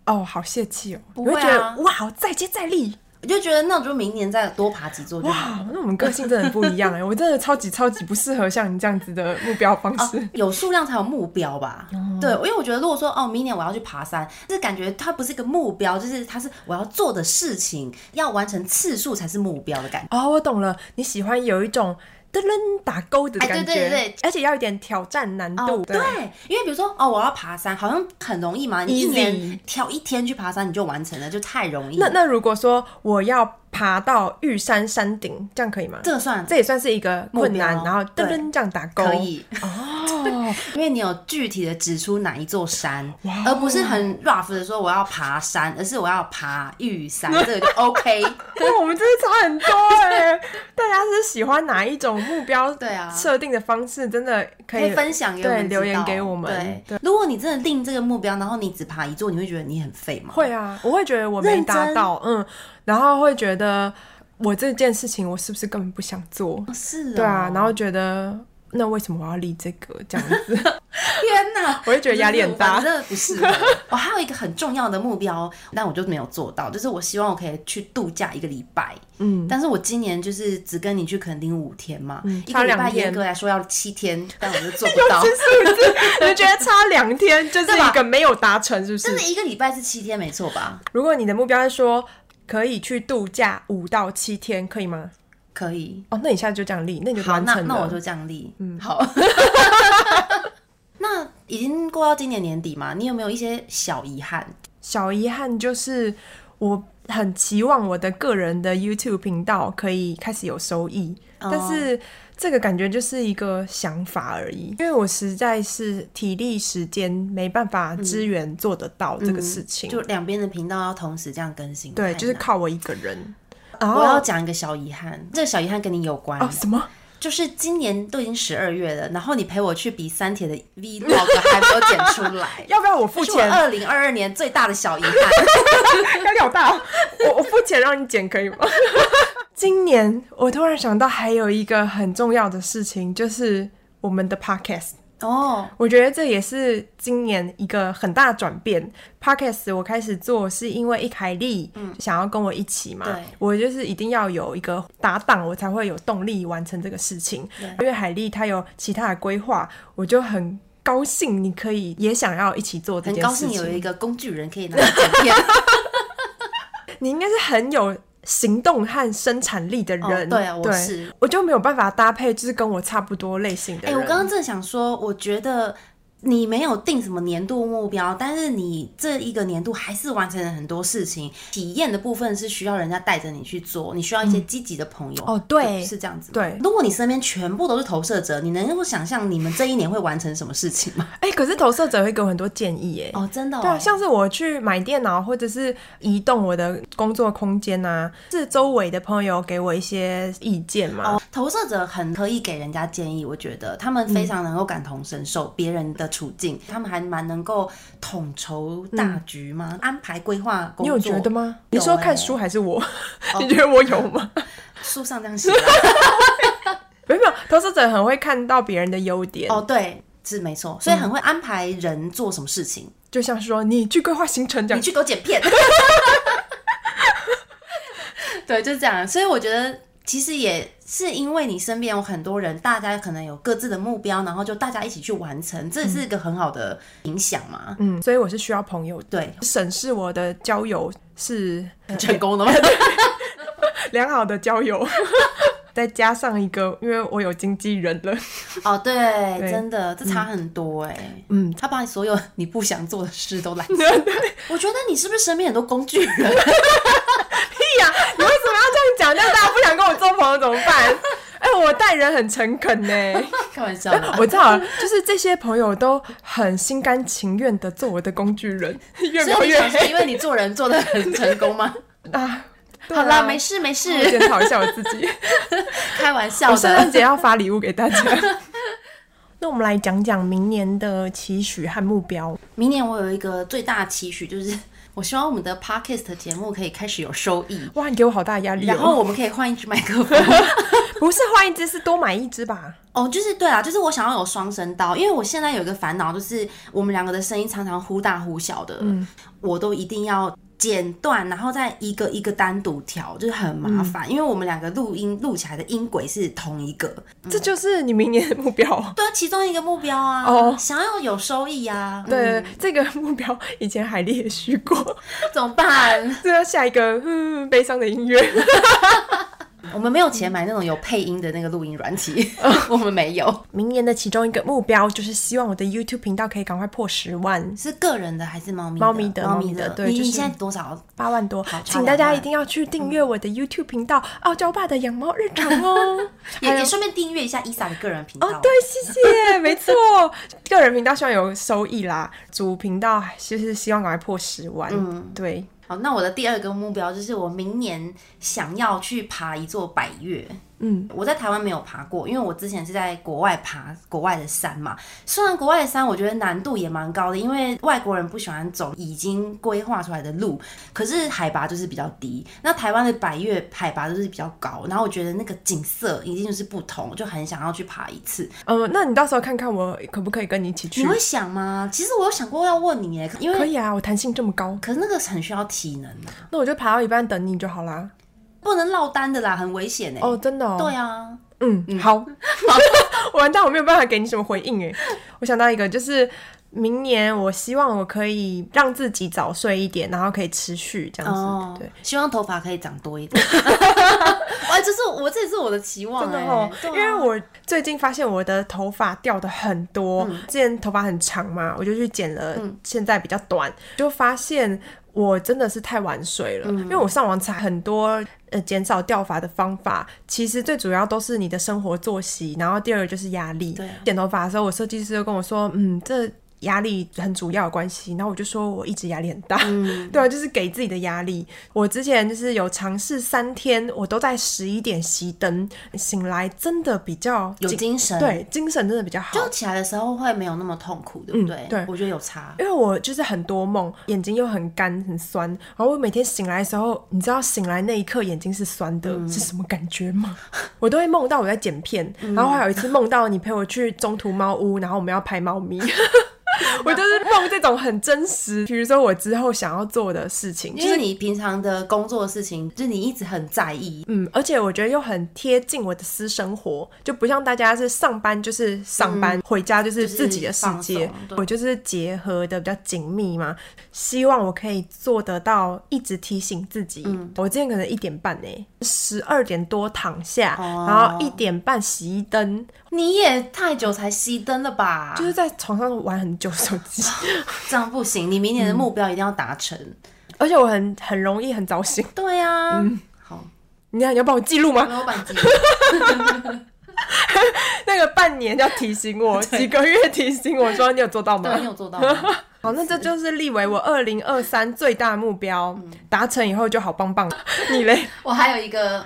S1: 哦好泄气哦？
S2: 不会啊
S1: 你会觉得哇再接再厉
S2: 我就觉得那我就明年再多爬几座就好。
S1: 哇！ [LAUGHS] 那我们个性真的很不一
S2: [LAUGHS]
S1: 样哎，我真的超级超级不适合像你这样子的目标方式。
S2: 啊有数量才有目标吧？对，因为我觉得如果说哦，明年我要去爬山，就是感觉它不是一个目标，就是它是我要做的事情，要完成次数才是目标的感觉。
S1: 哦，我懂了，你喜欢有一种噔噔打勾的
S2: 哎
S1: 感觉，
S2: 对对对
S1: 而且要有点挑战难度。
S2: 哦，对，因为比如说哦，我要爬山，好像很容易嘛，你一
S1: Easy
S2: 年挑一天去爬山你就完成了，就太容易。
S1: 那那如果说我要爬到玉山山顶，这样可以吗？
S2: 这个算
S1: 这也算是一个困难，
S2: 目标
S1: 然后噔
S2: 对
S1: 噔这样打勾。[LAUGHS]
S2: 可以，
S1: 哦，
S2: [LAUGHS] 因为你有具体的指出哪一座山，而不是很 rough 的说我要爬山，而是我要爬玉
S1: [LAUGHS]
S2: 山，这个就 OK。
S1: 那我们真的差很多哎、大家是喜欢哪一种目标？
S2: 对啊
S1: 设定的方式真的可
S2: 可
S1: 以
S2: 以分享给我
S1: 对
S2: 们知道
S1: 留言给我们。
S2: 对，如果你真的定这个目标，然后你只爬一座，你会觉得你很废吗？
S1: 会啊，我会觉得我没
S2: 认真
S1: 达到，嗯，然后会觉得我这件事情我是不是根本不想做？
S2: 哦是、哦，
S1: 对啊，然后觉得那为什么我要立这个这样
S2: [LAUGHS]
S1: 子？[LAUGHS]
S2: 天哪，
S1: 我就觉得压力很大
S2: 我真的不适合。 [LAUGHS] 我还有一个很重要的目标，但我就没有做到，就是我希望我可以去度假一个礼拜。嗯，但是我今年就是只跟你去垦丁五天嘛，一
S1: 嗯差
S2: 个礼
S1: 两
S2: 拜
S1: 天
S2: 严格来说要七天，但我就做不
S1: [LAUGHS]
S2: 到
S1: 这。数
S2: [LAUGHS]
S1: 字，你觉得差两天就是一个没有达成，是不
S2: 但
S1: 是？
S2: 是一个礼拜是七天，没错吧？
S1: 如果你的目标是说可以去度假五到七天，可以吗？
S2: 可以。
S1: 哦，那你现在就这样立，那你就
S2: 好，
S1: 完
S2: 那
S1: 成了。
S2: 那我就这样立。嗯，好。 [LAUGHS] 那已经过到今年年底嘛，你有没有一些小遗憾？
S1: 小遗憾就是我很期望我的个人的 YouTube 频道可以开始有收益，
S2: 哦
S1: 但是这个感觉就是一个想法而已，因为我实在是体力时间没办法支援做得到这个事情，
S2: 嗯就两边的频道要同时这样更新，
S1: 对，
S2: 太
S1: 就是
S2: 难
S1: 靠我一个人。然
S2: 我要
S1: 后
S2: 讲一个小遗憾，这个小遗憾跟你有关，
S1: 哦什么？
S2: 就是今年都已经十二月了，然后你陪我去比三铁的 Vlog 还没有剪出来，
S1: [LAUGHS] 要不要我付
S2: 是我
S1: 钱？
S2: 二零二二年
S1: [LAUGHS]
S2: 最大的小遗憾。 [LAUGHS]
S1: 压力好大哦、我我付钱让你剪可以吗？今年我突然想到还有一个很重要的事情，就是我们的 podcast。
S2: 哦，
S1: 我觉得这也是今年一个很大的转变。Podcast 我开始做是因为一凯丽想要跟我一起嘛，
S2: 嗯对
S1: 我就是一定要有一个搭档，我才会有动力完成这个事情。因为海丽她有其他的规划，我就很高兴你可以也想要一起做这
S2: 很
S1: 件
S2: 高
S1: 事
S2: 兴有
S1: 情。
S2: 一个工具人可以拿来剪
S1: [LAUGHS]
S2: 片。
S1: 你应该是很有行动和生产力的人，
S2: 哦对啊我是，
S1: 我就没有办法搭配就是跟我差不多类型的
S2: 哎、
S1: 人。
S2: 我刚刚正想说，我觉得你没有定什么年度目标，但是你这一个年度还是完成了很多事情。体验的部分是需要人家带着你去做，你需要一些积极的朋友。
S1: 嗯哦对
S2: 是这样子。
S1: 对，
S2: 如果你身边全部都是投射者，你能够想象你们这一年会完成什么事情
S1: [LAUGHS]
S2: 吗？
S1: 哎、可是投射者会给我很多建议，哎，
S2: 哦，真的、哦。
S1: 对啊，像是我去买电脑或者是移动我的工作空间啊，是周围的朋友给我一些意见嘛。
S2: 哦，投射者很可以给人家建议，我觉得他们非常能够感同身受别人的处境，他们还蛮能够统筹大局吗？安排规划工
S1: 你
S2: 作。
S1: 有觉得吗？
S2: 有
S1: 你说看
S2: 欸哦
S1: 书还是我？ [LAUGHS] 你觉得我有吗？ [LAUGHS]
S2: 书上这样写的
S1: 没有，没有投射者很会看到别人的优点，
S2: 哦，对，是没错，所以很会安排人做什么事情。
S1: 就像说你去规划行程这
S2: 你
S1: 样。
S2: 去给我剪片， [LAUGHS] 对，就是这样。所以我觉得。其实也是因为你身边有很多人，大家可能有各自的目标，然后就大家一起去完成，这是一个很好的影响嘛。
S1: 嗯，所以我是需要朋友的，
S2: 对，
S1: 审视我的交友是
S2: [LAUGHS]
S1: [LAUGHS]
S2: 成功了吗？
S1: 良好的交友， [LAUGHS] 再加上一个，因为我有经纪人了，
S2: [LAUGHS] 哦，对，
S1: 对
S2: 真的，这差很多哎、
S1: 嗯，
S2: 他把你所有你不想做的事 [LAUGHS] 都来做。我觉得你是不是身边很多工具人？ [LAUGHS]
S1: 对呀、你为什么要这样讲？这样大家不想跟我做朋友怎么办？哎、我待人很诚恳呢、
S2: 开玩笑的。
S1: 我知道了，就是这些朋友都很心甘情愿的做我的工具人， [LAUGHS] 越
S2: 所
S1: 描
S2: 以你
S1: 越
S2: 想说，
S1: 黑
S2: 因为你做人做的很成功 [LAUGHS] 吗？
S1: 啊！对啊
S2: 好啦，没事没
S1: 我
S2: 事，
S1: 检讨一下我自
S2: [LAUGHS]
S1: 己。
S2: 开玩笑
S1: 我圣诞
S2: 的。
S1: 节要发礼物给大
S2: [LAUGHS]
S1: 家。那我们来讲讲明年的期许和目标。
S2: 明年我有一个最大的期许，就是 [LAUGHS] 我希望我们的 podcast 节目可以开始有收益，
S1: 哇，你给我好大压力、哦！
S2: 然后我们可以换一支麦克风。 [LAUGHS]
S1: 不是换一只，是多买一只吧？
S2: 哦，就是对啊，就是我想要有双声道，因为我现在有一个烦恼，就是我们两个的声音常常忽大忽小的，
S1: 嗯
S2: 我都一定要剪断，然后再一个一个单独调，就是很麻
S1: 嗯
S2: 烦，因为我们两个录音录起来的音轨是同一个，
S1: 这就是你明年的目标哦。
S2: 对啊，其中一个目标啊，
S1: 哦
S2: 想要有收益啊，
S1: 对
S2: 嗯，，
S1: 这个目标以前海丽也许过，
S2: 怎么办？
S1: [LAUGHS] 这要下一个嗯悲伤的音乐。
S2: 我们没有钱买那种有配音的那个录音软体，
S1: 哦
S2: [LAUGHS] 我们没有，
S1: [LAUGHS] 明年的其中一个目标就是希望我的 YouTube 频道可以赶快破十万，
S2: 是个人的还是猫咪的？
S1: 猫咪的
S2: 猫
S1: 猫咪的对
S2: 你、
S1: 就是
S2: 你现在多少？
S1: 八万多
S2: 好，差
S1: 请大
S2: 两
S1: 家
S2: 万
S1: 一定要去订阅我的 YouTube 频道《傲娇爸的养猫日常》 [LAUGHS] 哦。
S2: 也
S1: 还
S2: 也
S1: 有
S2: 顺便订阅一下伊莎的个人频道。
S1: 哦，对，谢 [LAUGHS] 谢，没错，个人频道希望有收益啦，主频道就是希望赶快破十万。嗯，对，
S2: 好，那我的第二个目标就是我明年想要去爬一座百岳。
S1: 嗯，
S2: 我在台湾没有爬过，因为我之前是在国外爬国外的山嘛。虽然国外的山我觉得难度也蛮高的，因为外国人不喜欢走已经规划出来的路，可是海拔就是比较低。那台湾的百岳海拔就是比较高，然后我觉得那个景色一定就是不同，就很想要去爬一次。
S1: 嗯，那你到时候看看我可不可以跟你一起
S2: 你
S1: 去？
S2: 会想吗？其实我有想过要问你耶，因
S1: 可
S2: 为
S1: 以啊，我弹性这么高，
S2: 可是那个很需要体能啊，
S1: 那我就爬到一半等你就好啦。
S2: 不能落单的啦，很危险哎。
S1: 哦，真的哦。
S2: 对啊，
S1: 嗯，好， [LAUGHS] 我完蛋，我没有办法给你什么回应哎。我想到一个，就是明年我希望我可以让自己早睡一点，然后可以持续这样子。
S2: 哦
S1: 对，，
S2: 希望头发可以长多一
S1: [LAUGHS]
S2: 点。哇，这是我这也是我的期望
S1: 真的
S2: 哎、
S1: 哦，
S2: 对啊
S1: 因为我最近发现我的头发掉的很多，之前头发很长嘛，我就去剪了，现在比较短，就发现。我真的是太晚睡了，因为我上网查很多呃减少掉发的方法，其实最主要都是你的生活作息，然后第二个就是压力。
S2: 对啊
S1: 剪头发的时候，我设计师就跟我说，嗯，这压力很主要的关系。然后我就说我一直压力很大，[LAUGHS]
S2: 嗯
S1: 对啊，就是给自己的压力。我之前就是有尝试三天，我都在十一点熄灯，醒来真的比较
S2: 有精神，，
S1: 对精神真的比较好，嗯
S2: 就起来的时候会没有那么痛苦，对不对？
S1: 对
S2: 我觉得有差。
S1: 因为我就是很多梦，眼睛又很干很酸，然后我每天醒来的时候，你知道醒来那一刻眼睛是酸的，
S2: 嗯
S1: 是什么感觉吗？ [LAUGHS] 我都会梦到我在剪片，然后还有一次梦到你陪我去中途猫屋，然后我们要拍猫咪。 [LAUGHS] 我就是梦这种很真实，比如说我之后想要做的事情，就
S2: 因
S1: 是
S2: 为你平常的工作的事情，就是你一直很在意，
S1: 嗯，而且我觉得又很贴近我的私生活，就不像大家是上班就是上班，回家就是自己的世
S2: 嗯就是
S1: 界。
S2: 放松对
S1: 我就是结合的比较紧密嘛，希望我可以做得到，一直提醒自己。
S2: 嗯
S1: 我今天可能一点半呢，十二点多躺下，
S2: 哦
S1: 然后一点半熄灯，
S2: 你也太久才熄灯了吧？
S1: 就是在床上玩很久手机，
S2: [LAUGHS] 这样不行，你明
S1: 嗯
S2: 年的目标一定要达成。
S1: 而且我很很容易很早醒。
S2: 对呀、
S1: 嗯
S2: 好，
S1: 你看，你要帮我记录
S2: [LAUGHS]
S1: 吗？
S2: 老板级，
S1: 那个半年要提醒我，几个月提醒我说你有做到吗？
S2: 对，你有做到吗？
S1: 好，那这就是立为我二零二三最大目标，达、成以后就好棒 [LAUGHS] 棒。你嘞？
S2: 我还有一个，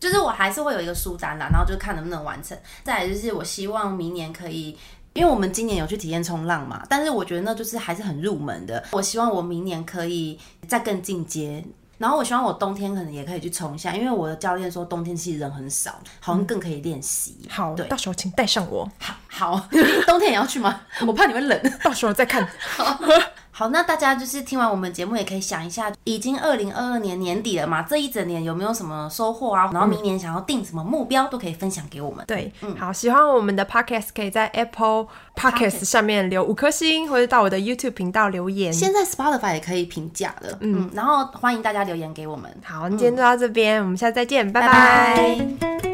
S2: 就是我还是会有一个书单啦，然后就看能不能完成。再来就是我希望明年可以。因为我们今年有去体验冲浪嘛，但是我觉得那就是还是很入门的。我希望我明年可以再更进阶，然后我希望我冬天可能也可以去冲一下，因为我的教练说冬天其实人很少，好像更可以练习。
S1: 好，
S2: 对，
S1: 到时候请带上我， [LAUGHS]
S2: 好， [LAUGHS] 冬天也要去吗？我怕你会冷。
S1: 到时候再 [LAUGHS] 看。
S2: 好，那大家就是听完我们节目，也可以想一下，已经二零二二年年底了嘛，这一整年有没有什么收获啊？然后明年想要定什么目标，都可以分享给我们。
S1: 对，好，喜欢我们的 podcast 可以在 Apple podcast 上面留五颗星，或者到我的 YouTube 频道留言。
S2: 现在 Spotify 也可以评价了，嗯，然后欢迎大家留言给我们，
S1: 好，那今天就到这边，我们下次再见，拜
S2: 拜
S1: 拜
S2: 拜